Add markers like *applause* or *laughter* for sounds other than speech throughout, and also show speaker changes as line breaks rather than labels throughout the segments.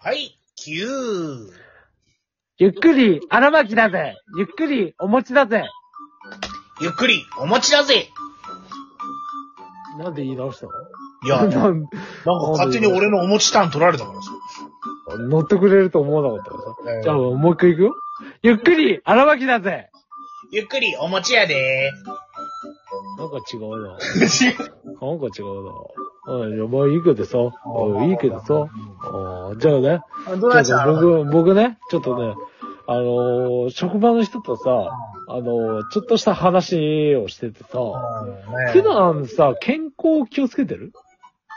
はい、9。
ゆっくり、荒巻だぜ。ゆっくり、お餅だぜ。
ゆっくり、お待ちだぜ。
なんで言い直したの
いや、なんか
ん
勝手に俺のお持ちターン取られたからさ。
乗ってくれると思わなかったから
え
さ
ー。
じゃあ、もう一回行くよ。ゆっくり、荒巻だぜ。
ゆっくり、お持ちや *laughs* で
なんか違う
ー。
な。なんか違うな。うん、いや、まあいいけどさ。うん、いいけどさ。あーじゃあね。
どうだっ
じゃ
た
あ僕、僕ね、ちょっとね、あのー職場の人とさ、あのーちょっとした話をしててさ、普段さ、健康気をつけてる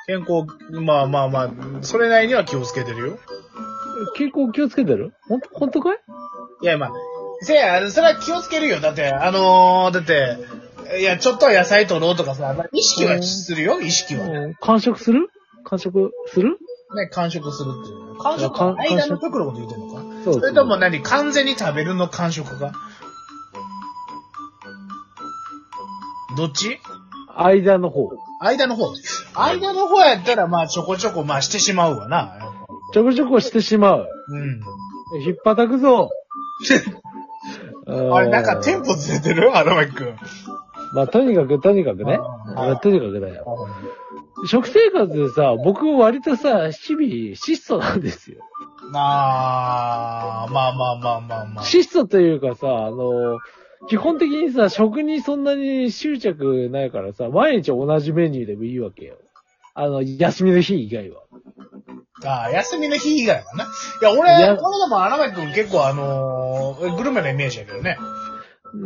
健康、まあまあまあ、それなりには気をつけてるよ。
健康気をつけてるほんと、ほんとかい
いや、まあ、せや、それは気をつけるよ。だって、あのー、だって、いや、ちょっとは野菜取ろうとかさ、まあ意識はするよ、意識は。ね、
うん完食する完食する
完食するっていう。完
いや
食
かん
間のところのこと言ってんのか
そ
それとも何完全に食べるの完食かどっち
間の方。
間の方。間の方やったら、まあ、ちょこちょこ、まあ、してしまうわな。
ちょこちょこしてしまう。
うん。
引っぱたくぞ。
*laughs* あれ、なんかテンポずれてる荒牧くん。
まあ、とにかく、とにかくね。
うん
まあとにかくだよ。食生活でさ、僕割とさ、日々、質素なんですよ。
なあ、まあまあまあまあまあ。
質素というかさ、あの、基本的にさ、食にそんなに執着ないからさ、毎日同じメニューでもいいわけよ。あの、休みの日以外は。
ああ、休みの日以外はな。いや、
い
俺、
や
これでも荒牧くん結構あのーグルメのイメージやけどね。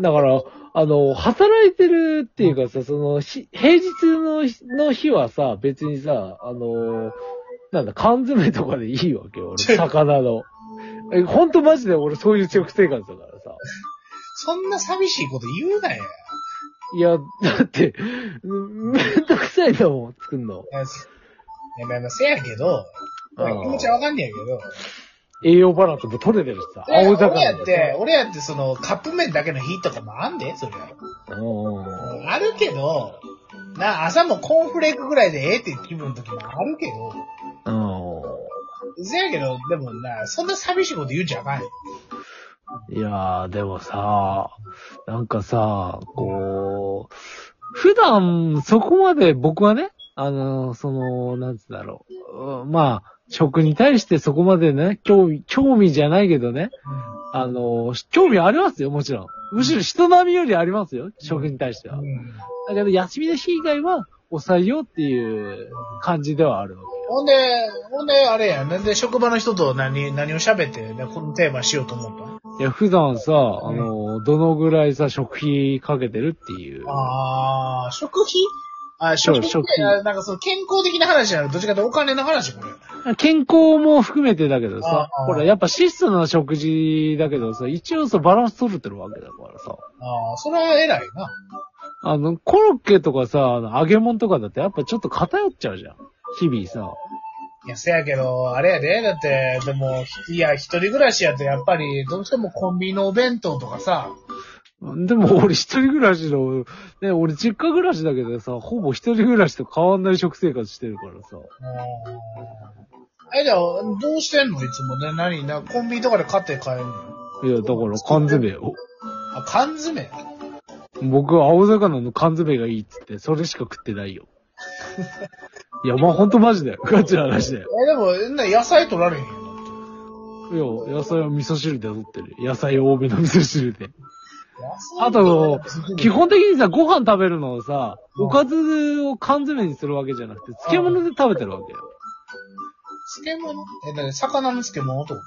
だから、あの、働いてるっていうかさ、その、し平日の日の日はさ、別にさ、あの、なんだ、缶詰とかでいいわけよ、俺、魚の。え、ほんとマジで俺そういう食生活だからさ。
そんな寂しいこと言うなよ。
いや、だって、うんめんどくさいだもん、作んの。
いやすいや、まあまあ、せやけど、気
うん
持ちはわかんねやけど。
栄養バランスも取れてるしさ、
いや
青魚
俺やっ
で
て、俺やってその、カップ麺だけの日とかもあんで、そりゃ。
さ。うん
あるけど、な、朝もコーンフレークぐらいでええっていう気分の時もあるけど、
う
せやけど、でもな、そんな寂しいこと言うんじゃない。
ん。いやー、でもさ、なんかさ、こう、普段、そこまで僕はね、あのー、その、なんつうんだろう。うんまあ、食に対してそこまでね、興味、興味じゃないけどね、あのー、興味ありますよ、もちろん。むしろ人並みよりありますよ、食に対しては。
うん
だけど、休みの日以外は抑えようっていう感じではあるわけ
ほんで、ほんで、あれや、なんで職場の人と何、何を喋って、ね、このテーマしようと思ったの
いや、普段さ、あの、どのぐらいさ、食費かけてるっていう。
あー、食費あ、食
そう
費って、
食
あなんかその健康的な話じゃなくて、どっちかというとお金の話これ。
健康も含めてだけどさ
ああ、
ほら、やっぱ質素な食事だけどさ、一応さ、バランス取れてるわけだからさ。
あー、それは偉いな。
あの、コロッケとかさ、あの揚げ物とかだってやっぱちょっと偏っちゃうじゃん。日々さ。
いや、せやけど、あれやで、だって、でも、いや、一人暮らしやとやっぱり、どうしてもコンビニのお弁当とかさ、
でも俺一人暮らしの、ね、俺実家暮らしだけどさ、ほぼ一人暮らしと変わんない食生活してるからさ。
え、じゃあ、どうしてんのいつもね、何な、コンビニとかで買って帰るの
いや、だから缶詰を。
あ、缶詰
僕は青魚の缶詰がいいっつって、それしか食ってないよ。いや、まあ、ほんとマジだよ。ガチな話だよ。
え、でも、な、野菜取られへんよ。
いや、野菜は味噌汁で取ってる。野菜多めの味噌汁で。あ
野
と
菜取られへん、
基本的にさ、ご飯食べるのをさ、
うん
おかずを缶詰にするわけじゃなくて、漬物で食べてるわけよ。
漬物え、だって魚の漬物とか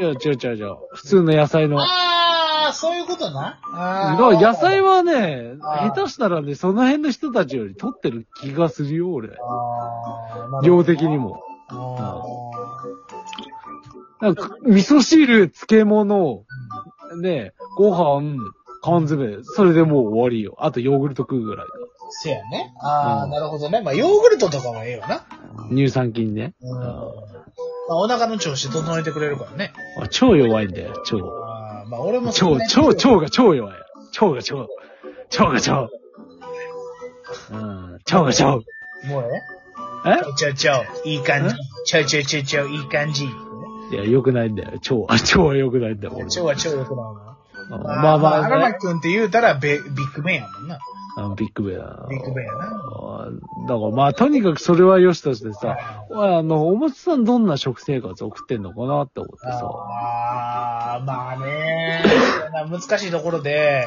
いや、違う違う違う。普通の野菜の。だか
あー、そういうことな。あー。
ら野菜はね、
あー
下手したらね、その辺の人たちより取ってる気がするよ、俺。
あー
量的に。も。
あ
なんか、味噌汁、漬物、ね、ご飯、缶詰、それでもう終わりよ。あとヨーグルト食うぐらい
ーせやね。あー、
うん
なるほどね。まあ、ヨーグルトとかはええよな。
だ。乳酸菌ね。
うん。ま
あ
あ、お腹の調子整えてくれるからね。
超弱いんだよ、超。
あーまあ、俺もそん
超、
なに
超、超が超弱い。超が超。超が超。うん。ちゃうちゃう。
もうね。
え
ちょちょ、いい感じ。ちょちょちょちょ、いい感じ。
いや、良くないんだよ。超は、超は良くないんだよ、俺。
超は超良くないな。
うんまあまあ、
荒
ね
牧くんって言うたらベ、ビッグメンやもんな。
あのビッグベアだな。
ビッグベンやな。
あーだからまあ、とにかくそれは良しとしてさ、あの、おもつさんどんな食生活送ってんのかなって思ってさ。
あー、まあね難しいところで、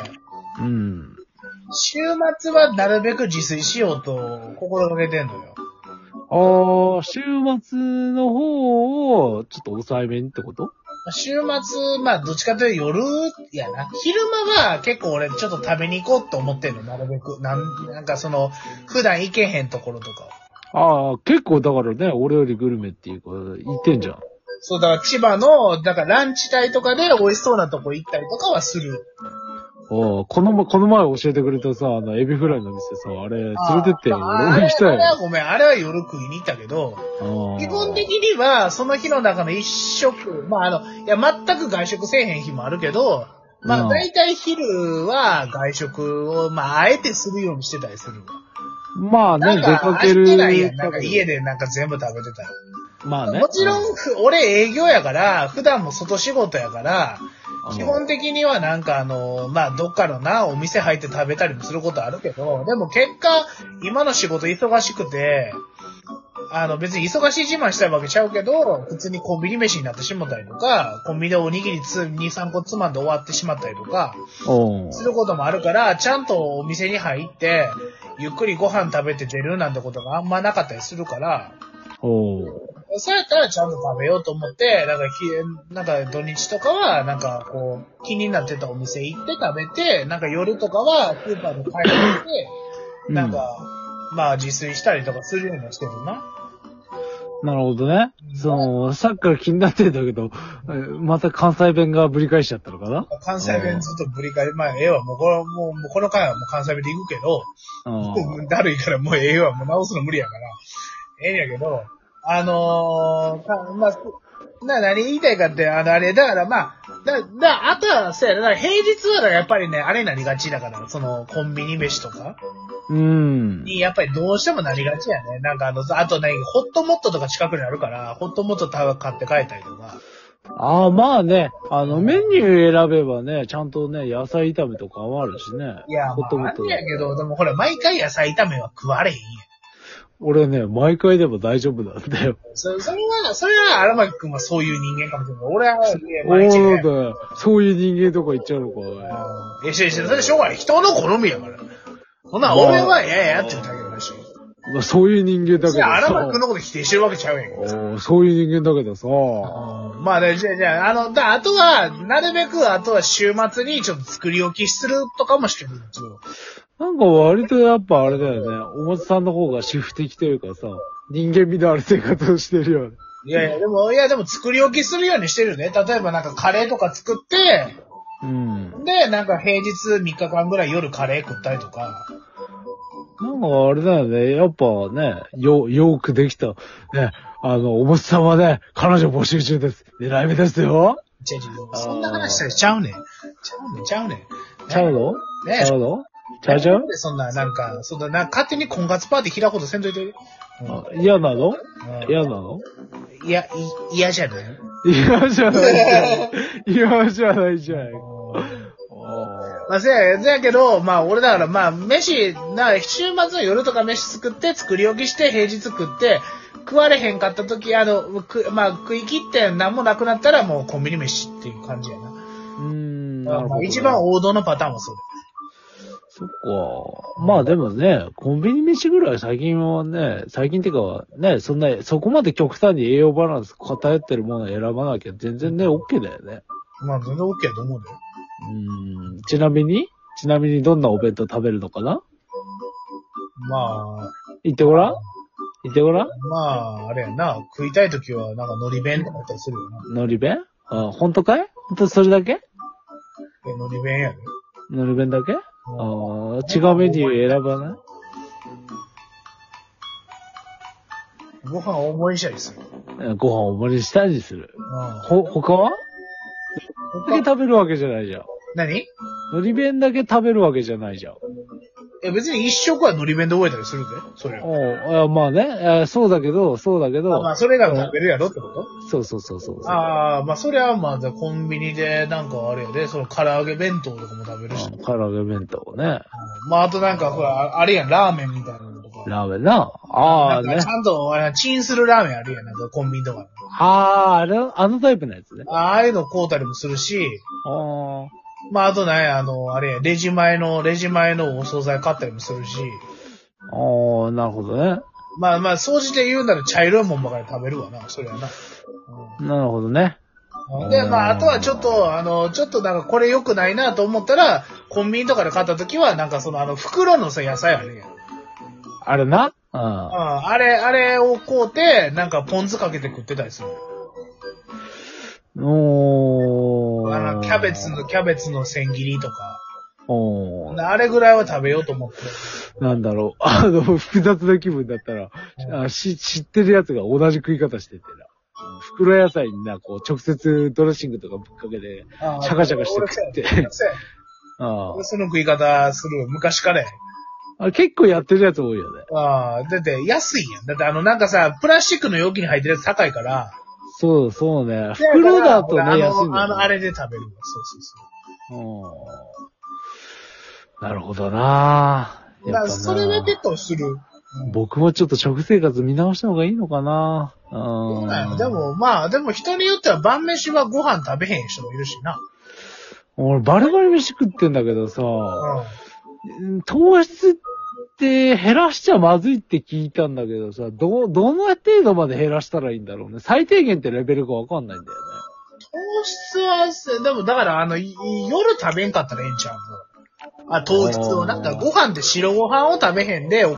うん。
週末はなるべく自炊しようと心がけてんのよ。
あー、週末の方を、ちょっと抑えめにってこと
週末、まあ、どっちかというと夜やな。昼間は結構俺ちょっと食べに行こうと思ってんの、なるべく。なん、なんかその、普段行けへんところとかを。
ああ、結構だからね、俺よりグルメっていうか、言ってんじゃん。
そう、だから千葉の、だからランチ帯とかで美味しそうなとこ行ったりとかはする。
おこのま、この前教えてくれたさ、あの、エビフライの店さ、あれ、連れてってよ。
あー
俺も行きた
あ
い
れは
よ。
ごめん、あれは夜食いに行ったけど、基本的には、その日の中の一食、まあ、あの、いや、全く外食せえへん日もあるけど、ま
う
あ、
ん
大体昼は外食を、まあ、あえてするようにしてたりする。
まあね、
な
出
んか、
かける
飽きてないやん。なんか家でなんか全部食べてたら。
まあね。
もちろ、
うん
ふ俺営業やから、普段も外仕事やから、
ん
基本的にはなんかあの、まあ、どっかのな、お店入って食べたりもすることあるけど、でも結果、今の仕事忙しくて、あの別に忙しい自慢したいわけちゃうけど、普通にコンビニ飯になってしまったりとか、コンビニでおにぎりつ2、3個つまんで終わってしまったりとか、
うん
することもあるから、ちゃんとお店に入って、ゆっくりご飯食べて出るなんてことがあんまなかったりするから、
おう
そうやったらちゃんと食べようと思って、なんかき、なんか土日とかは、なんかこう、気になってたお店行って食べて、なんか夜とかはスーパーで買い物して、
うん
なんか、まあ自炊したりとかするようにはしてるな。
なるほどね。その、さっきから気になってんだけど、えまた関西弁がぶり返しちゃったのかな
関西弁ずっとぶり返り、まあええわ、もうこれ、もう、もうこの回はもう関西弁で行くけど、
うん。
だるいからもうええわ、もう直すの無理やから。ええんやけど、あのー、かまあ、な、何言いたいかって、あの、あれ、だからまあ、だ、だ、あとは、そうやな、だから平日はだからやっぱりね、あれになりがちだから、その、コンビニ飯とか
うん。
に、やっぱりどうしてもなりがちやね。なんかあの、あとね、ホットモットとか近くにあるから、ホットモット買って帰ったりとか。
ああ、まあね。あの、メニュー選べばね、ちゃんとね、野菜炒めとかもあるしね。
いや、
ほ
ま
っとも
あ、あ
っと
ん。やけど、でもほら、毎回野菜炒めは食われへんやん。
俺ね、毎回でも大丈夫なんだよ。
そそれは、それは、荒牧くんはそういう人間かもしれない。俺は、いや
おお
毎日ね
ーだよ。そういう人間とか言っちゃうのか、おい
いや、ししそれしょうがない。人の好みやから。ほな、俺は、いやいやって言ったけどなし。
まあそういう人間だ
じ
けど
ゃあ、荒牧君
さ。
のこと否定してるわけちゃうやん
お
け。
ーそういう人間だけどさ。
まあ、ね、じゃあ、じゃあ、あの、だあとは、なるべく、あとは週末にちょっと作り置きするとかもしてるんですよ。
なんか割とやっぱあれだよね。おもつさんの方が主婦的というかさ、人間味のある生活をしてるよね。
いやいや、でも、いや、でも作り置きするようにしてるよね。例えばなんかカレーとか作って、
うん。
で、なんか平日3日間ぐらい夜カレー食ったりとか。
なんかあれだよね。やっぱね、よ、よくできた。ね、あの、おもつさんはね、彼女募集中です。狙い目ですよ。
違う違うそんな話したらちゃうねん。ちゃうねん、ちゃうねん。
ちゃうの
ね
ちゃうのちゃうちゃう
でそんな、なんか、そんな、なんか勝手に婚活パーティー開くことせんといて。
あ嫌なの
うん
嫌なの
いや、い嫌じゃない
嫌じゃないじゃん。嫌じゃないじゃん。あ
まあ、せや、せやけど、まあ、俺だから、まあ、飯、な、週末の夜とか飯作って、作り置きして、平日食って、食われへんかった時、あの、く、まあ、食い切って何もなくなったら、もうコンビニ飯っていう感じやな。
ーうーん、なる
ま
ほ
あ、
ど。
一番王道のパターンはそう。
そっか。まあでもね、コンビニ飯ぐらい最近はね、最近っていうかね、そんな、そこまで極端に栄養バランス偏ってるものを選ばなきゃ全然ね、OK だよね。
まあ、全然 OK やと思うね。
うーん。ちなみにちなみにどんなお弁当食べるのかな
まあ、
言ってごらん言ってごらん
まあ、あれやな、食いたい時は、なんか、海苔弁とかあったりするよな。
海苔弁あ、本当かい本当それだけ
え、海苔弁やね。
海苔弁だけあー違うメニュー選ばない
ご飯大盛りしたりする。
うんご飯を盛りしたりする。
うん。
ほ、他はだけ
他
食べるわけじゃないじゃん。
何
海苔弁だけ食べるわけじゃないじゃん。
え、別に一食は海苔弁で覚えたりするぜ、それは。
おういやまあね、えーそうだけど、そうだけど、
まあ、それ以外も食べるやろってこと
そうそうそうそうそう。
ああ、まあ、そりゃ、まあ、じゃあコンビニで、なんかあれやで、その、唐揚げ弁当とかも食べるし。
うん唐揚げ弁当ね。
まあ、あとなんか、ほら、あれやん、ラーメンみたいなのとか。
ラーメンな。あ
な
あ
ん
ね
か、ち。ゃんと、あれ、チンするラーメンあるやん、なんか、コンビニとか。
ああ、あれ、あのタイプのやつね。
あああいうの買うたりもするし、
あ
まあ、あとなんや、あの、あれや、レジ前の、レジ前のお惣菜買ったりもするし、
あ、ああ、なるほどね。
まあまあ、掃除で言うなら茶色いもんばかり食べるわな、そりゃな。
なるほどね。
で、まあ、あとはちょっと、あの、ちょっとなんかこれ良くないなと思ったら、コンビニとかで買った時は、なんかその、あの、袋のさ、野菜あるやん。
あれな。う
うん
ん。
あれ、あれを買うて、なんかポン酢かけて食ってたりする。
おー。
あの、キャベツの、。キャベツの千切りとか。
おー。
あれぐらいは食べようと思って。
なんだろう。 *laughs* あの、複雑な気分だったら、あし、知ってるやつが同じ食い方しててな。袋野菜にな、こう、直接ドレッシングとかぶっかけて、シャカシャカして食って
俺そうや
あ
俺その食い方する昔からや。
ああ。結構やってるやつ多いよね。
ああ、だって安いやん。だってあのなんかさ、プラスチックの容器に入ってるやつ高いから。
そう、そうね。袋だとね、
あ
安いん
の、
だ
あ
よね
の、あれで食べるわ。そうそうそう。
うんなるほどなぁ。
だか
やっ
ら
ぱ
それで
な
結構する。
僕もちょっと食生活見直した方がいいのかな
そうなん
う
や
ん。
で、も、まあ、でも人によっては晩飯はご飯食べへん人もいるしな。
俺バリバリ飯食ってんだけどさ、
うん。
糖質って減らしちゃまずいって聞いたんだけどさ、ど、どの程度まで減らしたらいいんだろうね。最低限ってレベルがわかんないんだよね。
糖質はせ、でもだから、あの、い夜食べんかったらええんちゃうのあ、糖質を。なんかご飯で白ご飯を食べへんで、